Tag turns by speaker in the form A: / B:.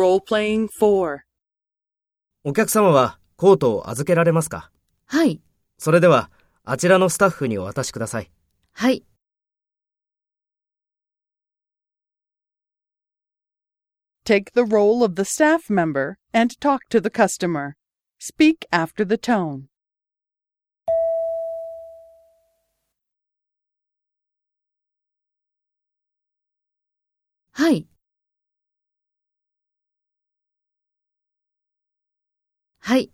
A: Role-playing 4.
B: お客様はコートを預けられますか
C: はい、
B: それでは、あちらのスタッフにお渡しください。
C: はい、
A: Take the role of the staff member and talk to the customer. Speak after the tone.
C: はい。はい。